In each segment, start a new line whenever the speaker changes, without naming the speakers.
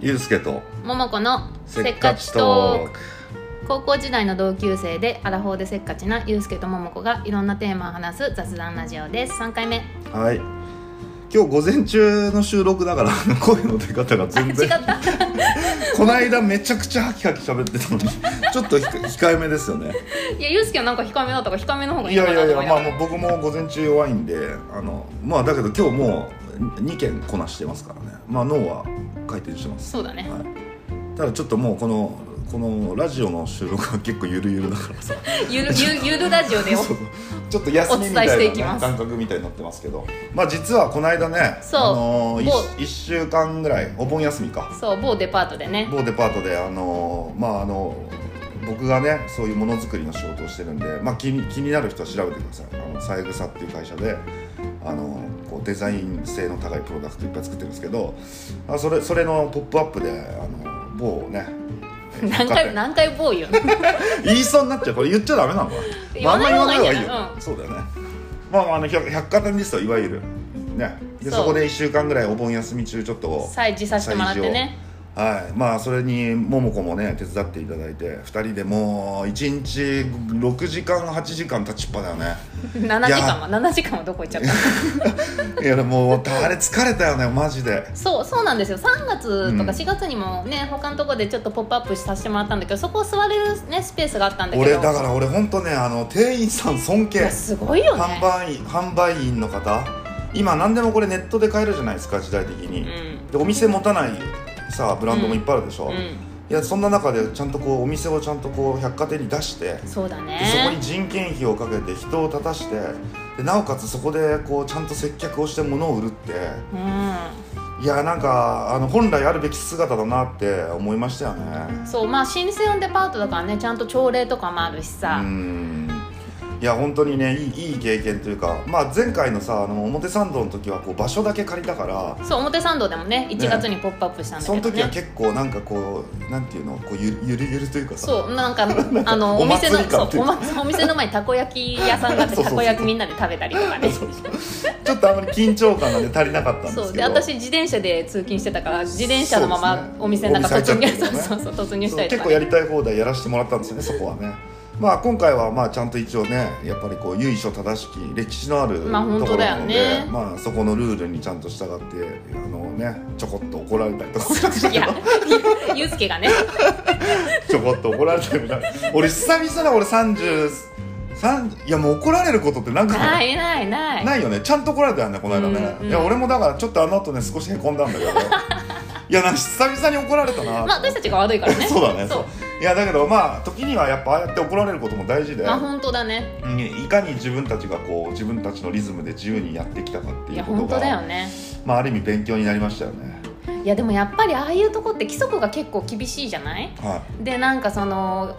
ゆうすけと
桃子のせっかち
ト
ト
ー
ー
ク
ク高校時代の同級生でアラフォーでせっかちなゆうすけと桃子がいろんなテーマを話す雑談ラジオです3回目
はい今日午前中の収録だから 声の出方が
あ
全
違っ
然
た
この間めちゃくちゃハキハキ喋ってたのに ちょっとひ控えめですよね
いやゆうすけはなんか控えめだったから控えめの方がい
い
いの
や
か
い
な
やい
と思
や
い
ま
な
あ
が
もう僕も午前中弱いんであのまあだけど今日もう2件こなしてますからねまあ脳は回転してます、
そうだね
はい、ただちょっともうこのこのラジオの収録は結構ゆるゆるだからさ
ゆるゆるゆるラジオでよ
そうちょっと休みみたいな、
お伝えして
ね
いき、ます
感覚みたいになってますけどまあ実はこの間ね
そう
あのー、
某
1, 週間ぐらいお盆休みか
そう某デパートでね
某デパートであのーまああの僕がねそういうものづくりの仕事をしてるんで、まあ、気に気になる人は調べてくださいあの三枝っていう会社であのこうデザイン性の高いプロダクトいっぱい作ってるんですけどあそれそれの「ポップアップであの某ねえー
何回何回某言うの
言いそうになっちゃうこれ言っちゃダメなのかな
言
まああ
わ
んま
な
言
い方
わな
が
い
いい
方
んじ
がい
ゃないい
よ、そうだよねまあまああの百百貨店ですよいわゆるねでそ
そう
こで1週間ぐらいお盆休み中ちょっ
うん
と
催事させてもらってね
はいまあそれに桃子もね手伝っていただいて2人でもう1日6時間8時間立ちっぱだよね
7時間は7時間はどこ行っちゃった
いやでもうあれ疲れたよねマジで
そうそうなんですよ3月と
うん
か4月にもね、他のとこでちょっとポップアップさせてもらったんだけどそこ座れる、ね、スペースがあったんだけど
俺だから俺本当ねあの店員さん尊
い
敬
やすごいよ
販
ね、
売員販売員の方今何でもこれネットで買えるじゃないですか時代的に、
うん
でお店持たないさブランドもいっぱいあるでしょ、
う
い
ん、
やそんな中でちゃんとこうお店をちゃんとこう百貨店に出して、で
そうだね
そこに人件費をかけて人を立たしてでなおかつそこでこうちゃんと接客をして物を売るっていやなんかあの本来あるべき姿だなって思いましたよ
う
ね
ん、そうまあ新生のデパートだからねちゃんと朝礼とかもあるし
う
さ、
んいや本当にねいいいい経験というか、まあ、前回のさあの表参道の時はこう場所だけ借りたから
そう表参道でもね1月にポップアップしたんだ
そ
け
の
ど
時
ね
は結構なんかこうなんていうのこうゆゆるゆるというかさ
そうなんかあの
お
お店
祭
の
り感って
そう
い
お祭お店の前にたこ焼き屋さんがあって
そうそうそう
たこ焼きみんなで食べたりとかね
そうそうちょっとあまり緊張感がね足りなかったんですけど
そうで私自転車で通勤してたから自転車のま
そうで
ます
ね
お店の中突入
お店入っちゃったりとかね
そうそうそう突入し
そ
た
う
りと
結
か
構
ね、
やりたい放題やらせてもらったんですよねそこはねまあ今回はまあちゃんと一応ねやっぱりこう由緒正しき歴史のあるところ
まあ
なので、
本当だよね
まあそこのルールにちゃんと従ってあのねちょこっと怒られたりとかしました
い
けど
やゆゆうすけがね
ちょこっと怒られたりみたいな俺久々だ俺30 3いやもう怒られることってなんか
ないないない
ないよねちゃんと来られたよねこの間ね、
うんうん
いや俺もだからちょっとあの後ね少しへこんだんだけどいやなんか久々に怒られたな、
まあ私たちが悪いからね
そうだね
そ
そうういやだけどまあ時にはやっぱああやって怒られることも大事で、
まあ本当だね
うんいかに自分たちがこう自分たちのリズムで自由にやってきたかって
い
いう
や
こと
本当だよ
が、
ね
まあ、ある意味勉強になりましたよね
いやでもやっぱりああいうとこって規則が結構厳しいじゃない
は
でなんかその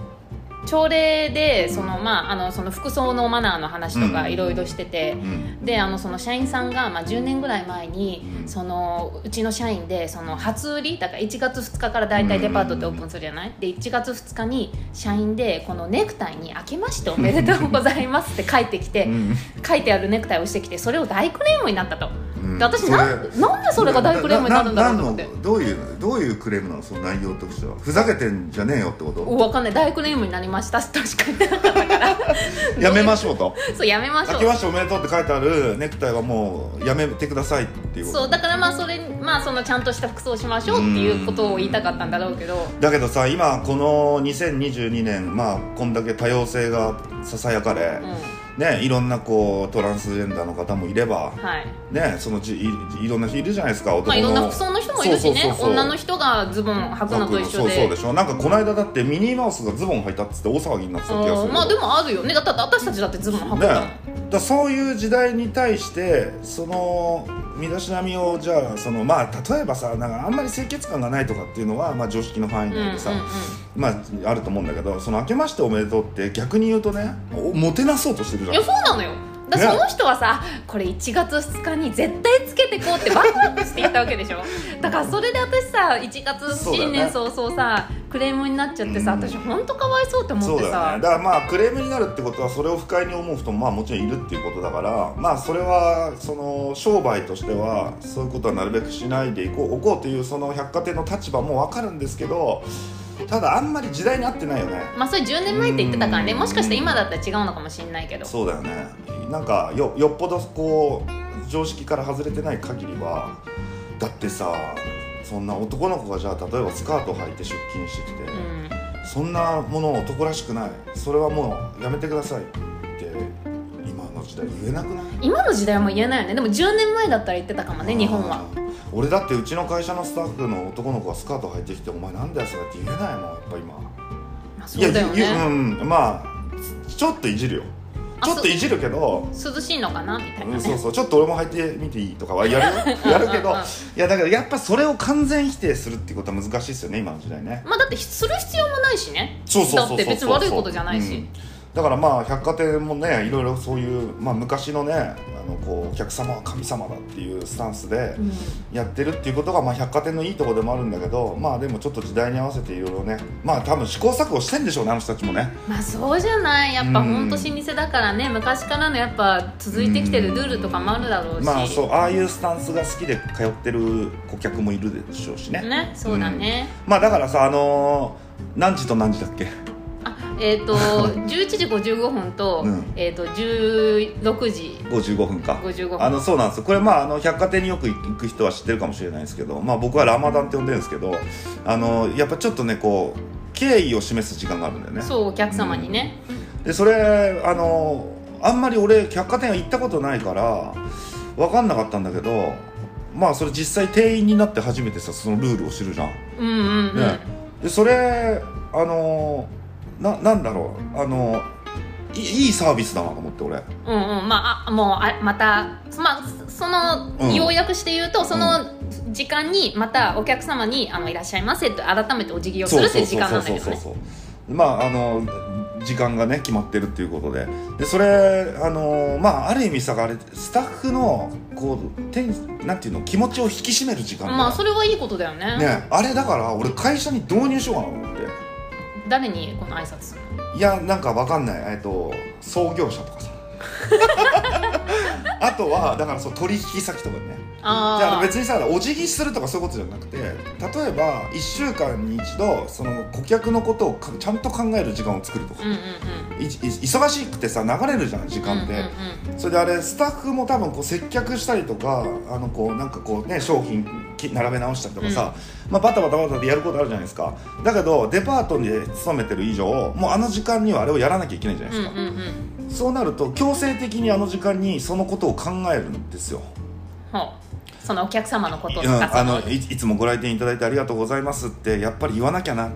朝礼でその,、まあ、あのその服装のマナーの話と
う
か
ん
いろいろしてて、
い、うん、
であのその社員さんが、まあ、10年ぐらい前に、
うん
そのうちの社員でその初売りだから1月2日から大体デパートってオープンするじゃない、で1月2日に社員でこのネクタイに「明けましておめでとうございます」って書いてきて、
うん
書いてあるネクタイをしてきてそれを大クレームになったと。
うん
で私な
それ
なんでそれが大クレームになるんだろうと思って
なななんのどういうどういうクレームなのその内容としてはふざけてんじゃねえよってこと
わかんない大クレームになりました確かになかったから
やめましょうと
そうやめましょ
明
う
けましておめでとうって書いてあるネクタイはもうやめてくださいっていうこと
そうだからまあそれまあそのちゃんとした服装をしましょうっていうことを言いたかったんだろうけど
だけどさ今この2022年まあこんだけ多様性がささやかれ、
う
ねいろんなこうトランスジェンダーの方もいれば
んはい
ねそのじいいろんな人いるじゃないですか男の、
まあいろんな服装の人もいるしね
そうそうそうそう
女の人がズボン履くのと一緒
そう
で
そうでしょなんかこの間だってミニーマウスがズボン履いたっつって大騒ぎになってた気がす
う
る
んまあでもあるよねだって私たちだってズボン履くん
ね、だ
だもん
からそういう時代に対してその身だしなみをじゃあそのまあ例えばさなんかあんまり清潔感がないとかっていうのは、まあ、常識の範囲
うんうんう
内
ん
でさ、まああると思うんだけどその「明けましておめでとう」って逆に言うとねおもてなそうとしてるじ
い
ゃ
や
ん
そうなのよだからその人はさこれ1月2日に絶対つけてこうってワクワクしていったわけ でしょだからそれで私さ1月
そうだよ
新
ね
年早々さ、クレームになっちゃってさ
うん
私ほんとかわいそうって思
そ
っ
う
て
だよ
さ、
ねだからまあクレームになるってことはそれを不快に思う人もまあもちろんいるっていうことだからまあそれはその商売としてはそういうことはなるべくしないでいこうおこうというその百貨店の立場もわかるんですけどただあんまり時代に合ってないよね
まあそれ10年前って言ってたからね
うん
もしかして今だったら違うのかもしれないけど
そうだよねなんかよよっぽどこう常識から外れてない限りはだってさそんな男の子がじゃあ例えばスカート履いて出勤してきて、
うん
そんなもの男らしくないそれはもうやめてくださいって今の時代言えなくない
今の時代も言えないよねでも10年前だったら言ってたかもね日本は
うん俺だってうちの会社のスタッフの男の子がスカート履いてきて「お前なんだよそれ」って言えないもんやっぱ今
まあそうだよ
いや
ね
ゆうんまあちょっといじるよ
あ
ちょっといじるけど
涼しいのかなみた
う
いな
ん、
ね
そうそうちょっと俺も履いてみていいとかはやるよ やるけど
うんうんうん
いやだからやっぱそれを完全否定するってことは難しいですよね今の時代ね
まあだってする必要もないしね
そうそうそうそう
だって別に悪いことじゃない
う
し
んだからまあ百貨店もねいろいろそういう、まあ、昔のねあのこうお客様は神様だっていうスタンスで
うん
やってるっていうことが、まあ、百貨店のいいとこでもあるんだけどまあでもちょっと時代に合わせていろいろねまあ多分試行錯誤してんでしょうねあの人たちもね
まあそうじゃないやっぱ
うん
ほんと老舗だからね昔からのやっぱ続いてきてるルールとかもあるだろうし
まあそうああいうスタンスが好きで通ってる顧客もいるでしょうしね
ねそうだね
まあだからさあのー何時と何時だっけ
あえっ、と11時55分と,、
うん
えっと16時
55分か
55分
あのそうなんですよこれまああの百貨店によく行く人は知ってるかもしれないんですけど、まあ、僕はラマダンって呼んでるんですけどあのやっぱちょっとねこう敬意を示す時間があるんだよね
そうお客様にね、
でそれあのあんまり俺百貨店は行ったことないから分かんなかったんだけどまあそれ実際店員になって初めてさそのルールを知るじゃん
うん、うんうん
ねでそれあのななんだろうあのいいいサービスだなと思って俺
うんうんまああもうあまたまあその、
うん
要約して言うとその時間にまたお客様に「あのいらっしゃいませ」と改めてお辞儀をするっていう時間なんだけどね
そうそうそうそうそうまああの時間がね決まってるっていうことででそれあのまあある意味さあれスタッフのこうてんなんていうの気持ちを引き締める時間だよ
まあそれはいいことだよね
ねあれだから俺会社に導入しようかなと思って
誰にこの挨拶するの
いやなんかわかんないえっと創業者とかさ あとはだからそう取引先とかねじゃ
あ
あ
あ
別にさお辞儀するとかそういうことじゃなくて例えば1週間に一度その顧客のことをかちゃんと考える時間を作るとか、
うんうん
いい忙しくてさ流れるじゃん時
うん
間って、
うんうんうん
それであれスタッフも多分こう接客したりとかあのこうなんかこうね商品き並べ直したりとかさ、まあ、バタバタバタでやることあるじゃないですかだけどデパートに勤めてる以上もうあの時間にはあれをやらなきゃいけないじゃないで
うん
すか、
うんうん
そうなると強制的にあの時間にそのことを考えるんですよ
ほうそのお客様のこと
う
と
ん、
か
あのいいつもご来店いただいてありがとうございますってやっぱり言わなきゃな、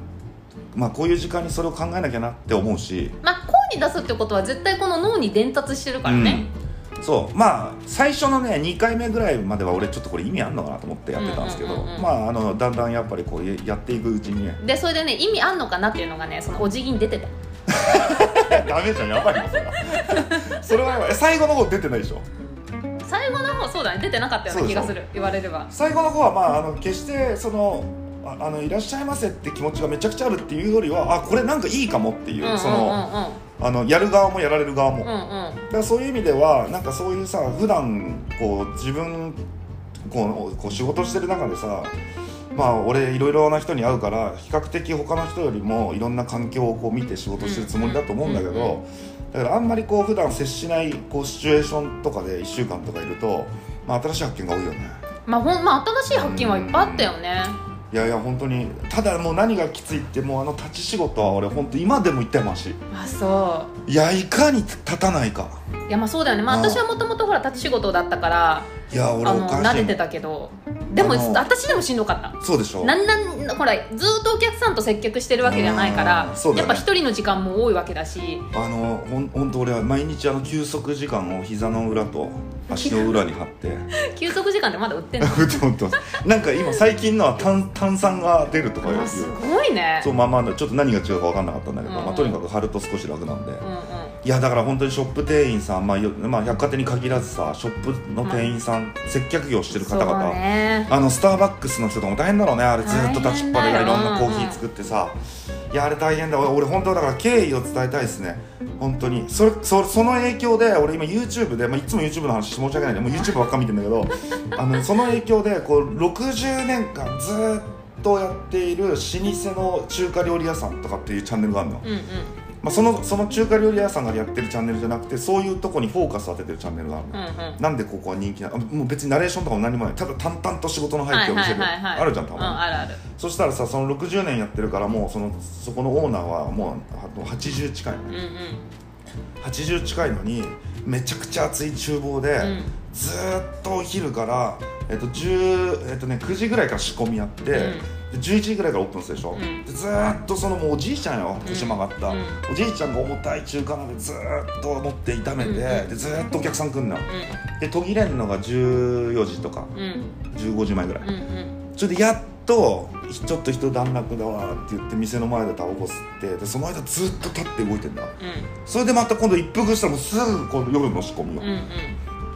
まあ、こういう時間にそれを考えなきゃなって思うし、
まあ声に出すってことは絶対この脳に伝達してるからね、
うんそうまあ最初のね2回目ぐらいまでは俺ちょっとこれ意味あんのかなと思ってやってたんですけ
うんう
ど
んうんうん
まああのだんだんやっぱりこうやっていくうちに ね
でそれでね意味あんのかなっていうのがねそのお辞儀に出てた
ダメじゃんやばいよそれは それはやばい最後の方出てないでしょ
最後の方そうだね出てなかったような気がする言われれば
最後の方はまああの決してそのああのいらっしゃいませって気持ちがめちゃくちゃあるっていうよりはあこれなんかいいかもって
う
い
ん
う、
うんうん
そのあのやる側もやられる側も、
うんうんう
だ
ん
からそういう意味ではなんかそういうさ普段こう自分こうこう仕事してる中でさまあ俺いろいろな人に会うから比較的他の人よりもいろんな環境をこう見て仕事してるつもりだと思うんだけ
うんうんうん
どだからあんまりこう普段接しないこうシチュエーションとかで1週間とかいると、まあ、新しい発見が多いよね
まあほんまあ新しい発見はいっぱいあったよね
いやいや本当にただもう何がきついってもうあの立ち仕事は俺本当今でも言ってもし
あそ
いやいかに立たないか
ういやまあそうだよねまあ
うん
私はもともとほら立ち仕事だったから
いや
あ
俺お
の
かしい
慣れてたけどでも
あの
私でもしんどかった
そうでしょ
なんなんほらずっとお客さんと接客してるわけじゃないから、
うんそうだ
や
よ
っ
ね
ぱ一人の時間も多いわけだし
あのほん本当俺は毎日あの休息時間を膝の裏と足の裏に貼って
休息時間でまだ売ってんの
打って打ってますなんか今最近のは炭炭酸が出るとかいう
あすごいね
そうまあまあちょっと何が違うか分かんなかったんだけど、
うんうん
まあ、とにかく貼ると少し楽なんで、
うんうん
いやだから本当にショップ店員さん、まあよまあ、百貨店に限らずさショップの店員さん、接客業してる方々、
そうね
あのスターバックスの人とかも大変だろうねあれずっと立ちっぱでい
大変だよ
ろんなコーヒー作ってさ、いやあれ大変だ俺俺本当だから敬意を伝えたいですね本当にそれそその影響で俺今 YouTube で、まあ、いつも YouTube の話して申し訳ないねもう YouTube ばっか見てんだけど あのその影響でこう60年間ずっとやっている老舗の中華料理屋さんとかっていうチャンネルがあるの、
うんうん
まあ、そのその中華料理屋さんがやってるチャンネルじゃなくてそういうとこにフォーカスを当ててるチャンネルがあるの、
うんうん
なんでここは人気なのもう別にナレーションとかも何もないただ淡々と仕事の背景を見せる、
はいはいはいはい
あるじゃんた
う
ま
ん
に、
あるある
そしたらさその60年やってるからもうそのそこのオーナーはもうあと80近いの
うん
ね
うん
80近いのにめちゃくちゃ暑い厨房で、
うん
ずーっとお昼から、えっと10えっとね、9時ぐらいから仕込みやって、で11時ぐらいからオープンするでしょ、
うん
でずーっとそのもうおじいちゃんよ
ん
腰曲がった、
うん
おじいちゃんが重たい中華鍋ずーっと持って炒めて、
うん
でずーっとお客さん来んので途切れんのが14時とか
うんうん
15時前ぐらい
うんうん
それでやっとちょっと人段落だわって言って店の前でタバコ吸ってでその間ずっと立って動いてんだそれでまた今度一服したらもうすぐこの夜の仕込みを、
うんうん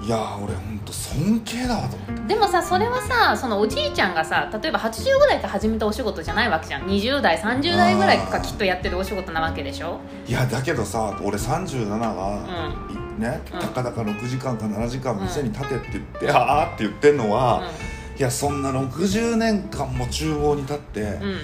いやー俺ほんと尊敬だわと思って
うんでもさそれはさそのおじいちゃんがさ例えば80ぐらいから始めたお仕事じゃないわけじゃん20代30代ぐらいかきっとやってるお仕事なわけでしょ
いやだけどさ俺37
う
が、
ん
いね
うん
たかだか6時間か7時間
うん
店に立てって言って、ああって言ってんのは、
う
いやそんな60年間も厨房に立って、
んうん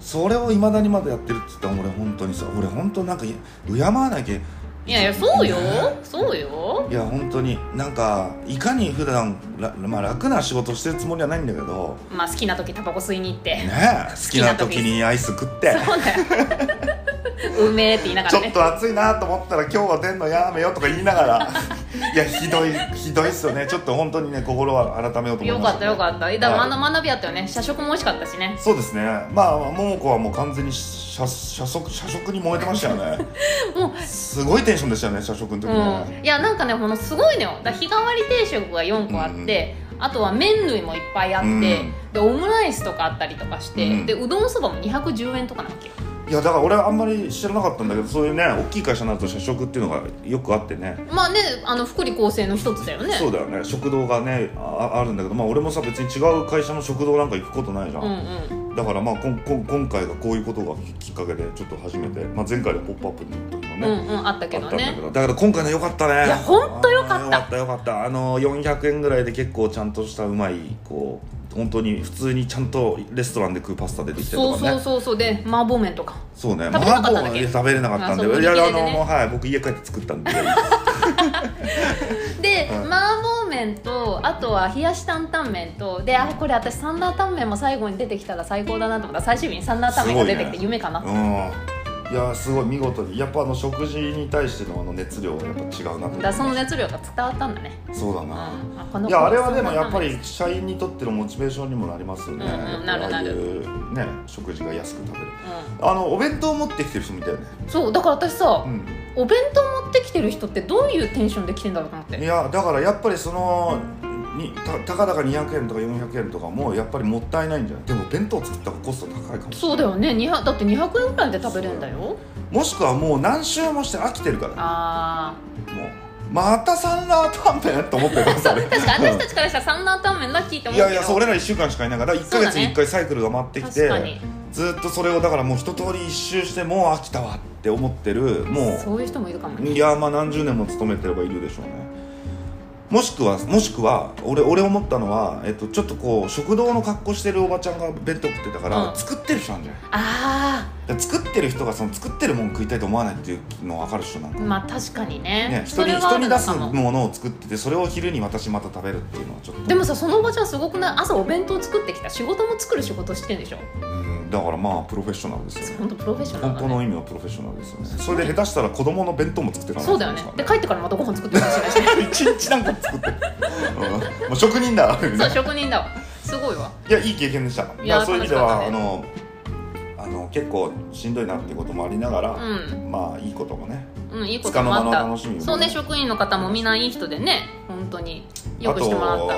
それをいまだにまだやってるって言ったら俺本当にさ俺本当なんかい敬わなきゃ
いやいやそうよ
ね
そうよ
いや本当になんかいかに普段らまあ楽な仕事してるつもりはないんだけど
まあ好きな時タバコ吸いに行って
ねえ好きな時にアイス食って
そうだようめえって言いなが
ちょ
ら
っ
ね
と暑いなと思ったら今日は出んのやめようとか言いながら いやひどいひどいっすよねちょっと本当にね心は改めようと思い
よ
まし
かったたよかっただから
はい
学びやったよね社食も美味しかったしね
そうですねまあ桃子はもう完全に社社食社食に燃えてましたよ ね
も
すごいテンションでしたよね社食の時ね、
うん、いやなんかねこのすごいのよだから日替わり定食が4個あって、あとは麺類もいっぱいあって、
うん
でオムライスとかあったりとかして、
うん
でうどんそばも210円とかなわけよ
いやだから俺はあんまり知らなかったんだけどそういうね大きい会社になると社食っていうのがよくあってね
まあねあの福利厚生の一つだよね
そうだよね食堂がねああるんだけどまあ俺もさ別に違う会社の食堂なんか行くことないじゃ
うん
ん、
うん
だからまあこんこん今回がこういうことがきっかけでちょっと初めて、まあ、前回の「ポップアップの時もね、
う
あ
んうんあったけ
った
ど
んだけ
ね
どだから今回の良かったね
いやほんと良かった
あーよかったよかったあの400円ぐらいで結構ちゃんとしたうまいこう本当に普通にちゃんとレストランで食うパスタ出てきて
そ
と
う
かね
そうそうそうで麻婆麺とか
そうね、
食べれなかったんだっけ
麻婆食べれなかったんで、
あそう
いや、あ
売り切れ
の、
でね
はい、僕家帰って作ったんで。
で、
うん
麻婆麺とあとは冷やし担々麺とであこれ私サンダータンメンも最後に出てきたら最高だなと思ったら最終日にサンダータンメンが出てき
す
て
ごいね
夢かな、
うん。いや、すごい見事に、やっぱあの食事に対してのあの熱量はやっぱ違うな
だから
と。
その熱量が伝わったんだね、
そうだ
うん
な。
あこの
いやあれはでもやっぱり社員にとってのモチベーションにもなりますよね、
うんうん
やっぱ
なるなる
ああいうね食事が安く食べる
う
あのお弁当持ってきてる人みたいね
んそうだから私さ、
うん
お弁当持ってきてる人ってどういうテンションで来てんだろうと思って
いやだからやっぱりそのにたたかだか200円とか400円とかもやっぱりもったいないんじゃないでも弁当作った方がコスト高いかも
そうだよね200だって200円ぐらいで食べれるんだよ
もしくはもう何周もして飽きてるから
あ
もうまたサンラータンメンと思ってるから
あそう
俺
確か私たちからしたらサンダータンメンラッキーって
い
思うけど
やいやそう俺ら1週間しかいないから1
そ
か
うだ
月
ね
に1回サイクルが回ってきて、
確かに
ずっとそれをだからもう一通り1周してもう飽きたわって思ってるも
そういう人もいるかも
う
ね
いやまあ何十年も勤めてればいるでしょうねもしくはもしくは俺俺思ったのは、えっと、ちょっとこう食堂の格好してるおばちゃんが弁当食ってたから、
うん
作ってる人なんじゃない
あ
だから作ってる人がその作ってるもん食いたいと思わないっていうの分かる人なんか
あまあ確かにね
ね、人
そ
に
れは
人に出す
あるのかも
ものを作っててそれを昼に私また食べるっていうのはちょっと
でもさそのおばちゃんすごくない朝お弁当作ってきた仕事も作る仕事してんでしょ
うんだからまあプロフェッショナルですよね
本当プロフェッショナ
本
ルだ
当
ね
の意味のプロフェッショナルですよねそれで下手したら子供の弁当も作ってかない
そうだよねで帰ってからまたご飯作ってるかも しれないしね
一日なんか作ってる、うん、もう職人だ
そう職人だわすごいわ
いやいい経験でした
いや
まあ、そういう意味では、あ
楽し
のあの結構しんどいなってこともありながら、
う
まあいいこともね
んうんいいこともあ
束
っ
の間
た
の楽しみもね
そうね職員の方もみんないい人でね本当によくしてもらっ
あと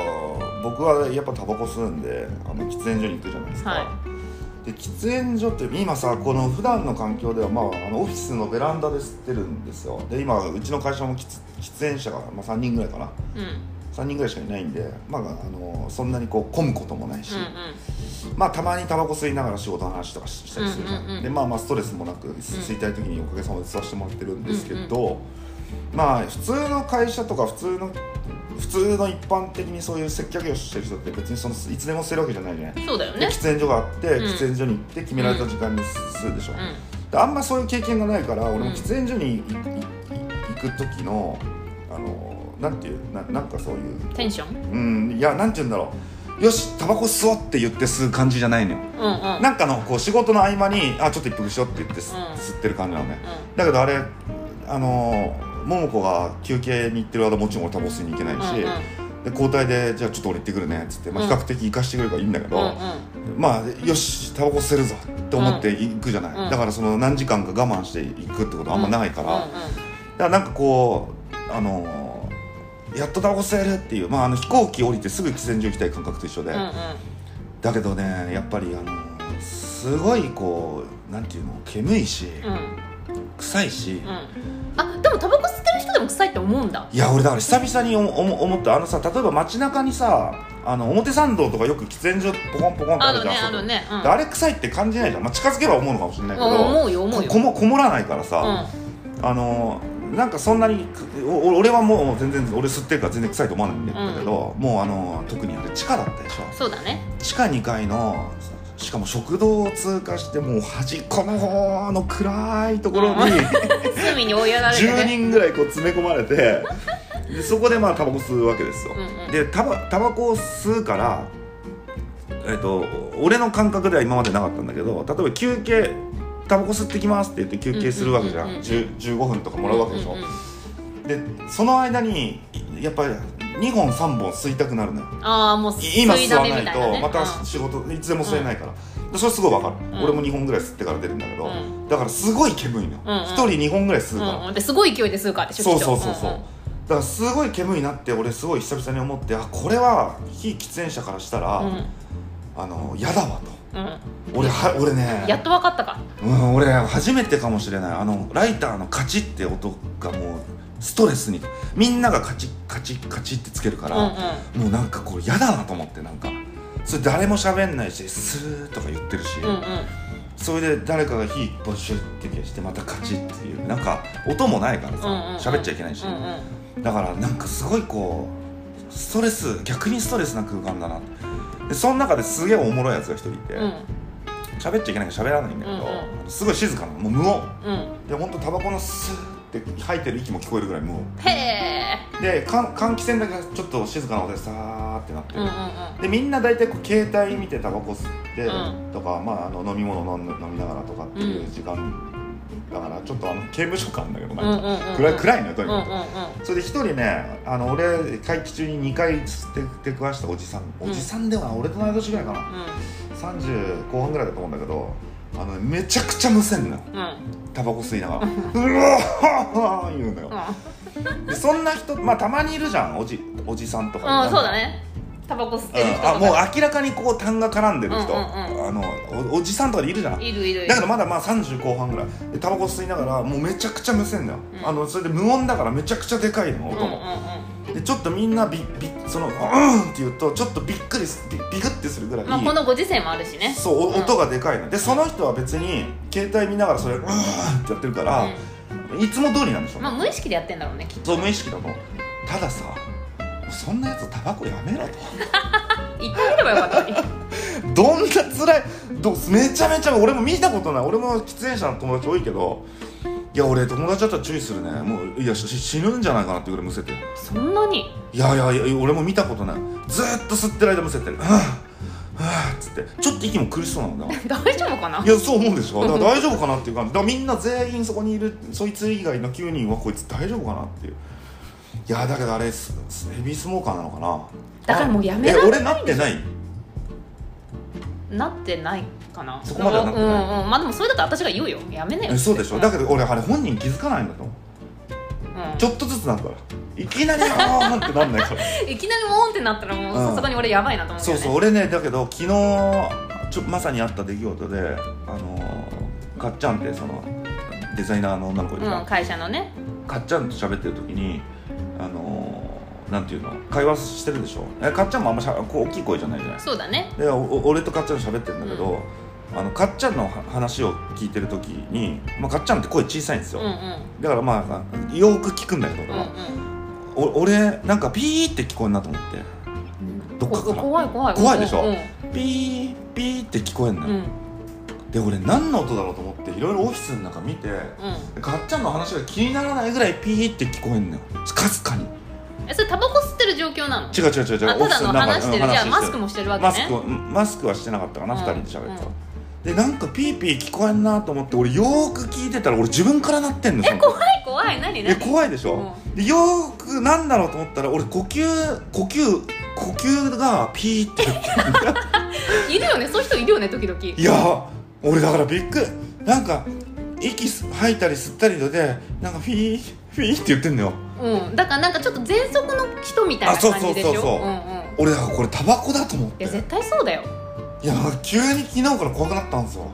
僕はやっぱタバコ吸うんであの喫煙所に行くじゃないですか、
は
で喫煙所って今さこの普段の環境では、まあ、あのオフィスのベランダで吸ってるんですよで今うちの会社も喫喫煙者が、まあ、3人ぐらいかな
うん
3人ぐらいしかいないんで、まあ、あのそんなにこう混むこともないし、
うん
まあたまにタバコ吸いながら仕事の話とかしたりするじゃん,、
うんうんうん
でまあまあストレスもなく吸いたい時におかげさまで吸わせてもらってるんですけど、まあ普通の会社とか普通の普通の一般的にそういう接客業してる人って別にそのいつでも吸えるわけじゃないじゃない
うんそうだよ
で
ね
喫煙所があって
ん
喫煙所に行って決められた時間に吸うでしょ、
うん
であんまそういう経験がないから俺
うん
も喫煙所にいいい行く時のあのなんていうななんかそういう
テンション
うんいやなんて言うんだろうよしタバコ吸おうって言って吸う感じじゃないのよ
うんうんうん
なんかのこう仕事の合間にあちょっと一服しようって言って吸,、
うん
吸ってる感じなのねだけどあれあのー桃子が休憩に行ってる間もちろん俺タバコ吸いに行けないし、
うんうん
で交代でじゃあちょっと俺行ってくるねっつって、まあ、
うん
比較的行かしてくれるからいいんだけど、
うんうん
まあよしタバコ吸えるぞって思って行くじゃない、
うん
だからその何時間か我慢して行くってことはあんまないから、
うんうん
だからなんかこうあのーやっとタバコ吸えるっていう、まあ、あの飛行機降りてすぐ喫煙所行きたい感覚と一緒で、
うんうん
だけどねやっぱりあのーすごいこうなんていうの煙いし、
うん
臭いし、
うんあでもタバコ吸ってる人でも臭いって思うんだ
いや俺だから久々に思思思ったあのさ例えば街中にさあの表参道とかよく喫煙所ポコンポコンってあ
あ
る
る
じ
ね
ゃん
あ
外
るねうん
であれ臭いって感じないじゃん、まあ、近づけば思うのかもしれないけ
うん
ど、
思うよ思うよ
こもこもらないからさ、
う
あのなんかそんなにくお俺はもう全然俺吸ってるから全然臭いと思わないんだけど、もうあの特にあれ地下だったでしょ
んそうだね
地下2階のしかも食堂を通過してもう端っこの方の暗いところに
う罪に追いやられて
10
ね
人ぐらいこう詰め込まれてでそこでまあタバコ吸うわけですよ、
うんうん
でタバタバコを吸うからえっと俺の感覚では今までなかったんだけど例えば休憩タバコ吸ってきますって言って休憩するわけじゃ
うんうん
ん,、
うんうん
十15分とかもらうわけでしょ、
うんうんうん
でその間にやっぱり2本3本吸いたくなるのよ
ああもう
い今吸
だ
わ
め
な
み
い
た
と
なね
また仕事いつでも吸えないから、でそれすごいわかる、
うん
俺も2本ぐらい吸ってから出るんだけど、
うん
だからすごい煙いの、
うんうん
1人2本ぐらい吸うから、
うんうんですごい勢いで吸うからでしょ
そう
きっ
そ
と
うそうそう、だからすごい煙いなって俺すごい久々に思ってあこれは非喫煙者からしたら、
うんうん
あの嫌だわと
うん
俺は俺
う
ね
んやっと分かったか
うん、俺初めてかもしれないあのライターのカチッって音がもうストレスにみんながカチッカチッカチッってつけるか
う
ら、
んうん
もうなんかこれ嫌だなと思ってなんかそれ誰も喋んないしスーッとか言ってるし、
うんうん
それで誰かが火ボシュッて消してまたカチッっていうなんか音もないからさ
うんうん
喋、っちゃいけないし、
うんうん
だからなんかすごいこうストレス逆にストレスな空間だなでその中ですげえおもろいやつが一人いて
うん
喋、っちゃいけないから喋らないんだけど、
うん
すごい静かなのもう無音
うん
で本当タバコのスーって吐いてる息も聞こえるぐらい無音
へえ
でかん換気扇だけちょっと静かな音でさーってなってる、
うんうんうん
でみんな大体こう携帯見てタバコ吸って
う
とか、まあ、あの飲み物飲ん飲みながらとかっていう時間だからちょっとあの刑務所感あるんだけど
うん
な
うんん
か
うんうん
暗い暗いのよと
う
に
んうん
か
うん
く。それで一人ねあの俺会期中に2回吸って食わしたおじさんおじさんでは俺と同い年ぐらいかな30後半ぐらいだと思うんだけどあのめちゃくちゃむせんのよ
うんうん
タバコ吸いながら「うわー言うのよでそんな人まあたまにいるじゃんおじおじさんとか
うん
なん
そ
か
うだねタバコ吸ってる人と
あ
か
もう明らかにこう痰が絡んでる人、
うんうん
あのおおじさんとかでいるじゃん
いるいるいる
だけどまだまあ30後半ぐらいでタバコ吸いながらもうめちゃくちゃむせんだよ、
うん
あのそれで無音だからめちゃくちゃでかいの
うん
音
うん
も、でちょっとみんなびびその「うん」って言うとちょっとびっくりすびビグってするぐら
う
い、
んまあこのご時世もあるしね
そうお
うん
音がでかいのでその人は別に携帯見ながらそれ「うん」ってやってるから、いつも通りなんでしょうんね、
うまあ無意識でやってんだろうねきっと
そう無意識だと思うたださそんなやつタバコやめろと
言ってあげればよかった のに
どんな辛いどめちゃめちゃ俺も見たことない俺も喫煙者の友達多いけどいや俺友達だったら注意するねもういやし死ぬんじゃないかなっていうぐらいむせてる
そんなに
いやいやいや俺も見たことないずーっと吸ってる間むせてるはぁはぁっつってちょっと息も苦しそうなんだから
大丈夫かない
やそう思うでしょだから大丈夫かなっていう感じだからみんな全員そこにいるそいつ以外の9人はこいつ大丈夫かなっていういやだけどあれすすヘビースモーカーなのかな
だからもうやめ
え
られない
俺なってない
なってないかな
そこまではなってない
うんうんまあでもそれだと私が言うよやめなよ
えそうでしょだ
か
けど俺あれ本人気づかないんだと思う
ら
ちょっとずつなるからいきなりあーってなんないから
いきなりもーんってなったらもう
うん
さすがに俺やばいなと思う
そ
けど
う
ね
そう俺ねだけど昨日ちょまさにあった出来事であのーかっちゃんってそのデザイナーの女の子ですか、
うん、会社のね
かっちゃんと喋ってる時にあのーなんていうの会話してるでしょえかっちゃんもあんましゃこう大きい声じゃないじゃない
そうだね
でおお俺とかっちゃんと喋ってるんだけど、あのかっちゃんのは話を聞いてる時に、まあ、かっちゃんって声小さいんです
う
よ、
んうん
だからまあよーく聞くんだけど俺
うん
は、お俺なんかピーって聞こえんなと思って
うん
どっかから
怖い怖い
怖いでしょ
うん
ピーピーって聞こえんの
うんう
よ、
ん
で俺何の音だろうと思っていろいろオフィスの中見て
うん
かっちゃんの話が気にならないぐらいピーって聞こえんのよかすかに
えそれタバコ吸ってる状況なの
違う違う違う違う
あただの話してる
うん
じゃあ
話
マスクもしてるわけ
マス
ね
クはうんマスクはしてなかったかな、
うん
二2人で喋ってた、
うん
でなんかピーピー聞こえんなと思って俺よーく聞いてたら俺自分からなってんのえ
怖い怖い何
え
何
怖いでしょ、でよーくなんだろうと思ったら俺呼吸呼吸呼吸がピーって
いるよねそういう人いるよね時々
いやー俺だからびっくりなんか息す吐いたり吸ったりでなんかフィーフィーって言ってんのよ
うんだからなんかちょっと喘息の人みたいな感じでしょ
あそうそうそうそうん
うん
俺だからこれタバコだと思っ
い
て
や絶対そうだよ
いや急に昨日から怖くなったんですよ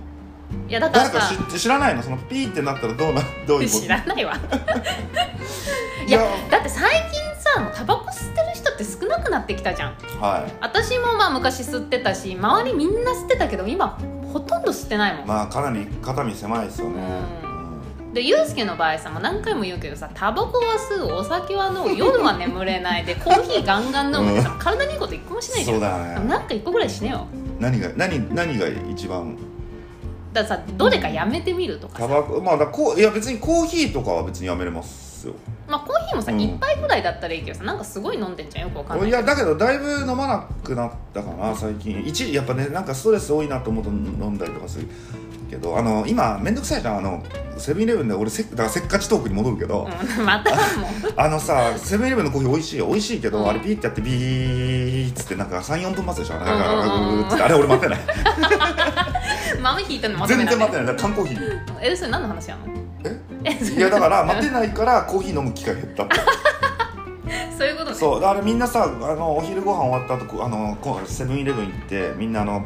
いやだから
誰か
さ
知って知らないのそのピーってなったら どうなどういうこと
知ら ないわい
いや
やだって最近さタバコ吸ってる人って少なくなってきたじゃん
は
私もまあ昔吸ってたし周りみんな吸ってたけど今ほとんど吸ってないも
い
ん、
まあかなり肩身狭いですよね、
う
うん
でユうスケの場合さもう何回も言うけどさタバコは吸うお酒は飲む夜は眠れないでコーヒーガンガン飲むってさ体にいいこと一個もしないじ
そ
ゃ
うんだよね
なんか一個ぐらいしねよ
何が何何が一番
だからさどれかやめてみるとか
タ
さ、
バコまあだからこういや別にコーヒーとかは別にやめれますよ
まあ、コーヒーもさ、
うん
一杯ぐらいだったらいいけどさなんかすごい飲んでんじゃんよくわかんない
いやだけどだいぶ飲まなくなったかな最近一時やっぱねなんかストレス多いなと思うと飲んだりとかするけどあの今めんどくさいじゃんあのセブンイレブンで俺せっだからせっかちトークに戻るけど、
うん、 またもう
あのさセブンイレブンのコーヒー美味しいよ美味しいけど、
うん
あれピーってやってビーっつってなんか34分待つでしょなんか
うんうんうん
ぐーっつってあれ俺待って ない
豆引いたのまとめ
全
な
然
んだ
待ってないだから缶コーヒー
えそれ何の話なのえそれ
いやだから待てないからコーヒー飲む機会減ったって
そういうことね
そうだからみんなさあのお昼ご飯終わった後こあのこセブンイレブン行ってみんなあの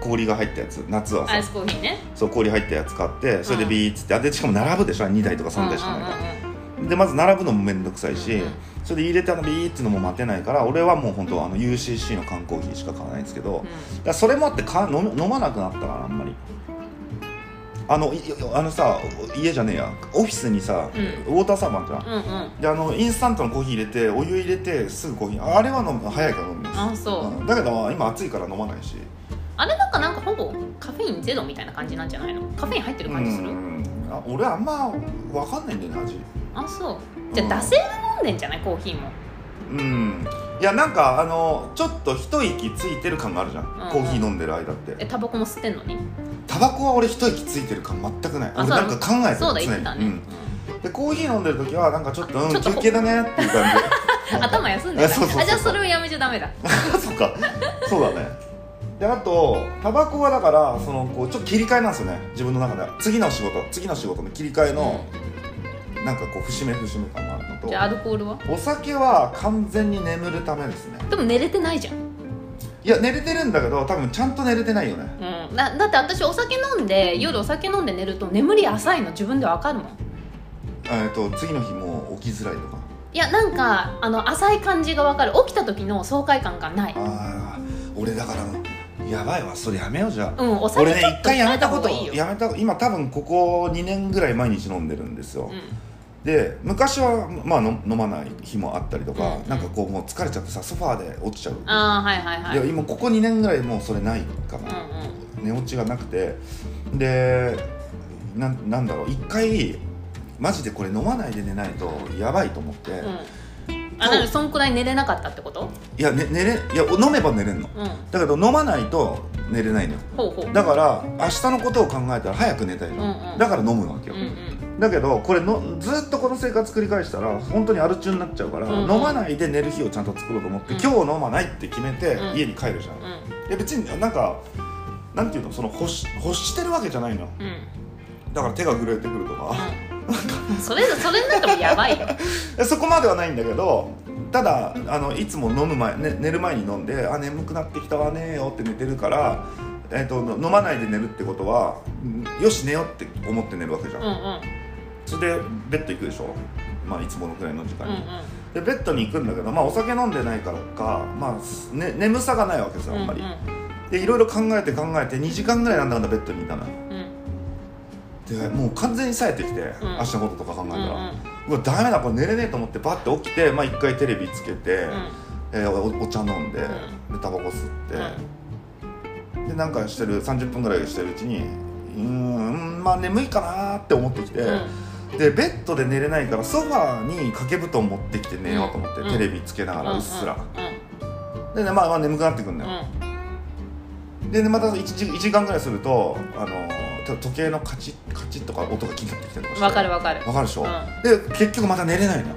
氷が入ったやつ夏は
ア
さ
イスコーヒーね
そう氷入ったやつ買ってそれでビーっつって、あでしかも並ぶでしょ2台とか3台しかないから、
うんうんうん
でまず並ぶのも面倒くさいし、
うんうん
それで入れてあのビーってのも待てないから俺はもう本当あの UCC の缶コーヒーしか買わないんですけど、
う
だ
ん
からそれもあってか飲み飲まなくなったからあんまりあのいあのさ家じゃねえやオフィスにさ、
う
ウォーターサーバーあるじゃん、
うんうん
であのインスタントのコーヒー入れてお湯入れてすぐコーヒーああれは飲む早いから飲むんです
あそう、
んだけど今暑いから飲まないし
あれなんかなんかほぼカフェインゼロみたいな感じなんじゃないのカフェイン入ってる感じする、
うんあ俺あんま分かんないんだよね味
あそうじゃあ惰性で飲んでんじゃないコーヒーも
うんいやなんかあのちょっと一息ついてる感があるじゃん、
うんうん
コーヒー飲んでる間って
えタバコも吸ってんのに
タバコは俺一息ついてる感全くない
あ
俺
そう
なんか考えてる
そうだ言ってたね、
常にうん、でコーヒー飲んでる時はなんかちょっと、うん、
ちょっと
休憩だねっていう感
うん頭休んで
あ
た
そうそうそう
あじゃあそれをやめちゃダメだ
じ そっかそうだねであとタバコはだからそのこうちょっと切り替えなんですよね自分の中で次の仕事次の仕事の切り替えの、なんかこう節目節目感があるの
うん
と
じゃあアルコールは
お酒は完全に眠るためですね
でも寝れてないじゃん、う
いや寝れてるんだけど多分ちゃんと寝れてないよね
ん、だだって私お酒飲んで夜お酒飲んで寝ると眠り浅いの自分でわかるもん
えっと次の日もう起きづらいとか
いやなんかあの浅い感じがわかる起きた時の爽快感がない
ああ俺だからやばいわそれやめようじゃあ
うんお酒
俺
ちょ
ね
っ
一
と
回や
控
め
え
た
た方
こと
がいいよ
やめた今多分ここ2年ぐらい毎日飲んでるんですよ、
う
で昔はまあの飲まない日もあったりとか、
うん
なんかこうもう疲れちゃってさソファーで落ちちゃう、
ん、ああはいはいはい
いや今ここ2年ぐらいもうそれないかな、
うんうん
寝落ちがなくてでななんだろう一回マジでこれ飲まないで寝ないとやばいと思って、
うん、あなにそんくらい寝れなかったってこと
いや、ね、寝れいや飲めば寝れんの
うん
だけど飲まないと寝れないのよ
ほうほう
だから明日のことを考えたら早く寝たいの、
うんうん
だから飲むわけよ、
うんうん
だけどこれのずっとこの生活繰り返したら本当にアル中になっちゃうから、
うんうん
飲まないで寝る日をちゃんと作ろうと思って、
うん
今日飲まないって決めて
うん
家に帰るじゃん、
う
い
ん
や別になんかなんていうのその欲し欲してるわけじゃないのよ
うん
だから手が震えてくるとか、
うんそれそれなんかもやばいよ
でそこまではないんだけどただあのいつも飲む前、ね、寝る前に飲んであ眠くなってきたわねーよって寝てるからえっと飲まないで寝るってことはんよし寝ようって思って寝るわけじゃん、
うんうん
それでベッド行くでしょ、まあ、いつものくらいの時間
うん
に、でベッドに行くんだけど、まあ、お酒飲んでないからか、まあね、眠さがないわけです
う
よ
ん
あんまり、
うん
でいろいろ考えて考えて2時間ぐらいなんだかんだベッドにいたのよ
うん
でもう完全に冴えてきて、
ん
明日のこととか考えた
うんうん
ら、うわダメだこれ寝れねえと思ってバッて起きて、まあ、1回テレビつけて、えーおお茶飲んで,、
う
でタバコ吸って、
うん
でなんかしてる30分ぐらいしてるうちにうーんまあ眠いかなーって思ってきて、でベッドで寝れないからソファーに掛け布団持ってきて寝ようと思って、
うん
テレビつけながらうっすら、
うん
で、ね、まあまあ眠くなってくんだ
うん
よ、でねまた 1, 時間ぐらいするとあのーと時計のカチッカチッとか音が気になってきたりとかし
うん
て
わかるわかる
わかるでしょ、
うん
で結局また寝れないのよ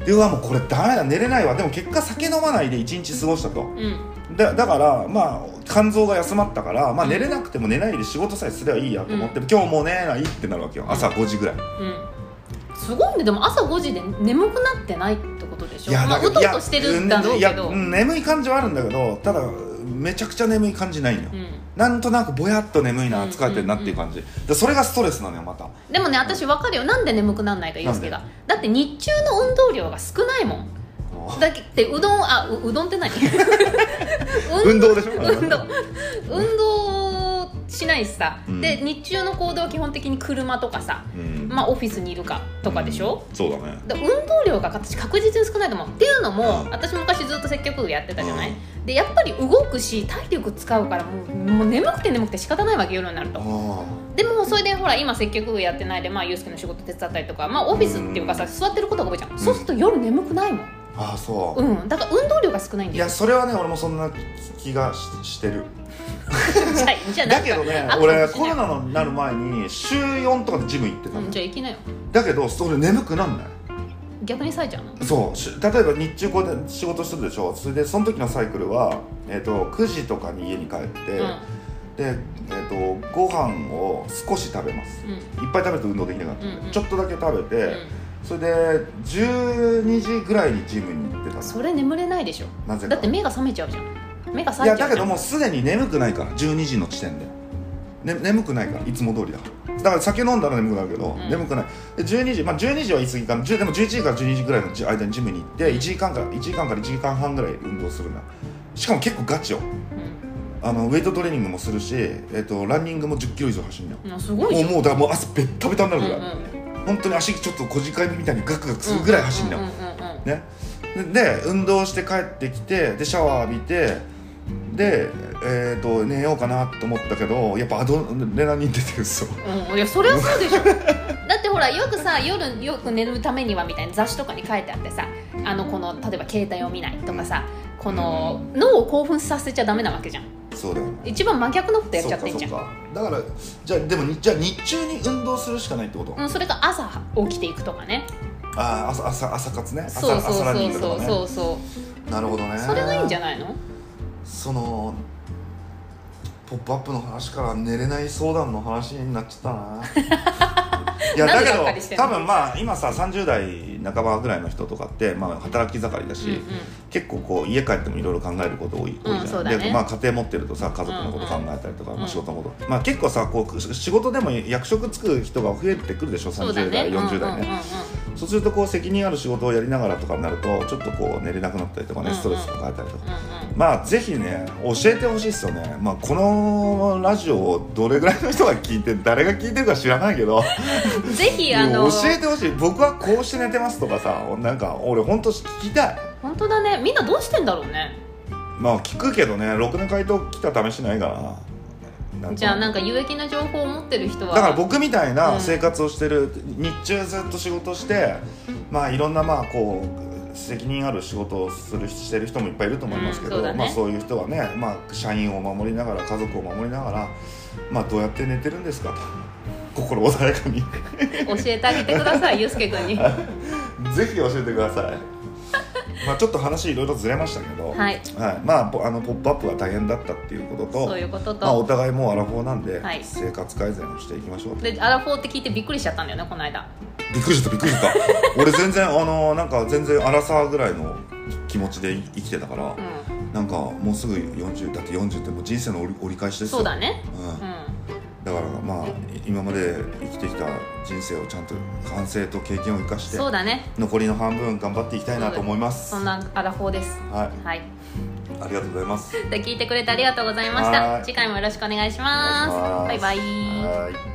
う
でうわもうこれダメだ寝れないわでも結果酒飲まないで1日過ごしたと
んうん
だだからまあ肝臓が休まったから、まあ、寝れなくても寝ないで仕事さえすればいいやと思って、今日もう寝ないってなるわけよ朝5時ぐらい、
うんすごいねでも朝5時で眠くなってないってことでしょまあ、う
けど
と
いう
としてるんだろうけど
いやうん眠い感じはあるんだけどただめちゃくちゃ眠い感じないのよ、なんとなくぼやっと眠いな疲れてるなっていう感じ、でそれがストレスなのよまた
でもね私分かるよなんで眠くならないかユうスケがだって日中の運動量が少ないもんだってうどんあううどんって何
運動でしょ
運動運動しないしさ、
うん
で日中の行動は基本的に車とかさ、
うん
まあ、オフィスにいるかとかでしょ、
うんそうだね
で運動量が私確実に少ないと思うっていうのも、
うん
私昔ずっと接客部やってたじゃない、
う
でやっぱり動くし体力使うからもうもう眠くて眠くて仕方ないわけ夜になると
あ
でもそれでほら今接客部やってないでまあユースケの仕事手伝ったりとかまあオフィスっていうかさ、
うん
座ってることが多いじゃん、そうすると夜眠くないもん
ーあーそう、
うんだから運動量が少ないん
い
だよ
やそれはね俺もそんな気がししてる
じゃあじゃあな
だ
ん
け
か
どね
あった
俺
かもし
コ
れ
ロ
ない
ナになる前に週4とかでジム行ってたの、
うんじゃあ行きなよ
だけどそれ眠くなんない
逆に冴えちゃうの
そうし例えば日中こうやって仕事してるでしょそれでその時のサイクルは、えー、と9時とかに家に帰って、で、えー、とご飯を少し食べます
うんうん
いっぱい食べると運動できなかったんで、
うんうん
ちょっとだけ食べて、
う
それで12時ぐらいにジムに行ってたの
んそれ眠れないでしょ
なぜか
だって目が覚めちゃうじゃん目が
い
冴
や
えち
だ
ゃう
け
じ
ど
ゃん
もうすでに眠くないから12時の時点で、ね、眠くないからいつも通りだからだから酒飲んだら眠くなるけど、
うん
眠くないで12時まあ12時は言い過ぎかな10でも11時から12時ぐらいのじ間にジムに行って1時間から1時間から1時間半ぐらい運動するなしかも結構ガチよあのウェイトトレーニングもするし、えっとランニングも1 0キロ以上走るのよ
うんうんすごい
もうも
じゃん
うだからもう汗べったべたになるぐ
うん
ら
う
い、
ん
本当に足ちょっと小鹿みたいにガクガクするぐらい走るのよ、
うんうんうんうん
ね、でで運動して帰ってきてでシャワー浴びてで、えー、と寝ようかなと思ったけどやっぱアドレナリン出てるんですよ
うん、いやそれはそうでしょだってほらよくさ夜よく寝るためにはみたいな雑誌とかに書いてあってさあのこの例えば携帯を見ないとかさこの脳を興奮させちゃダメなわけじゃん
そうだよ
一番真逆のことやっちゃってんじ
そ
ゃ
うんかそうかだからじゃあでもにじゃあ日中に運動するしかないってこと、
うん、それが朝起きていくとかね
ああ朝朝朝活ね朝
そうそう
朝ランニ
そう
ングと
そ
か
う
ね
そうそ
なるほどね
うそれがいいんじゃ
ん
ないの
その「ポップアップの話から寝れない相談の話になっちゃったな いや
な
だ
んでがっかりし
け
て
ど
んの
多分まあ今さ30代半ばぐらいの人とかって、まあ、働き盛りだし、
うんうん
結構こう家帰ってもいろいろ考えること多い,、
う
多
ん
いじゃ、
そうんだね
でまあ家庭持ってるとさ家族のこと考えたりとか、
うんうん
まあ、仕事のこと、まあ結構さこうし仕事でも役職つく人が増えてくるでしょ
そうだ
30
ね
代、40代ね、
うんうんうん
そうするとこう責任ある仕事をやりながらとかになるとちょっとこう寝れなくなったりとかね、
うんうん
ストレス抱えたりとか。
うんうん
まあぜひね教えてほしいですよね、まあ、このラジオをどれぐらいの人が聞いて誰が聞いてるか知らないけど
ぜひあの
教えてほしい僕はこうして寝てますとかさなんか俺本当聞きたい
本当だねみんなどうしてんだろうね
まあ聞くけどねろくな回答来た試しないからな
じゃあなんか有益な情報を持ってる人は
だから僕みたいうなん生活をしてる、日中ずっと仕事してまあいろんなまあこう責任ある仕事をするしてる人もいっぱいいると思いますけど、
うんそうだね
まあ、そういう人はね、まあ、社員を守りながら家族を守りながら、まあ、どうやって寝てるんですかと心穏やか に
教えてあげてくださいゆうすけくんには
ぜひ教えてください。まあちょっと話いろいろずれましたけど、
い
まあぽあのポップアップが大変だったっていうことと
そういうこと
まあ、お
と、
互いもうアラフォーなんで、
はい
生活改善をしていきましょうびっ
でアラフォーって聞いてびっくりしちゃったんだよねこの間
くりしたびっくりした 俺全然あのなんか全然アラサーぐらいの気持ちでい生きてたから
う、ん
なんかもうすぐ40だって40ってもう人生の折り折り返しですよ
そうだね
うん
う、ん
だからまあ今まで生きてきた人生をちゃんと反省と経験を生かして
そうだね
残りの半分頑張っていきたいなと思います、
そんなアラフォーです
はい
はい
ありがとうございます
で聞いてくれてありがとうございまし
は
た
い
次回もよろしくお願いし
お願いし
ます
ます
バイバイ
はい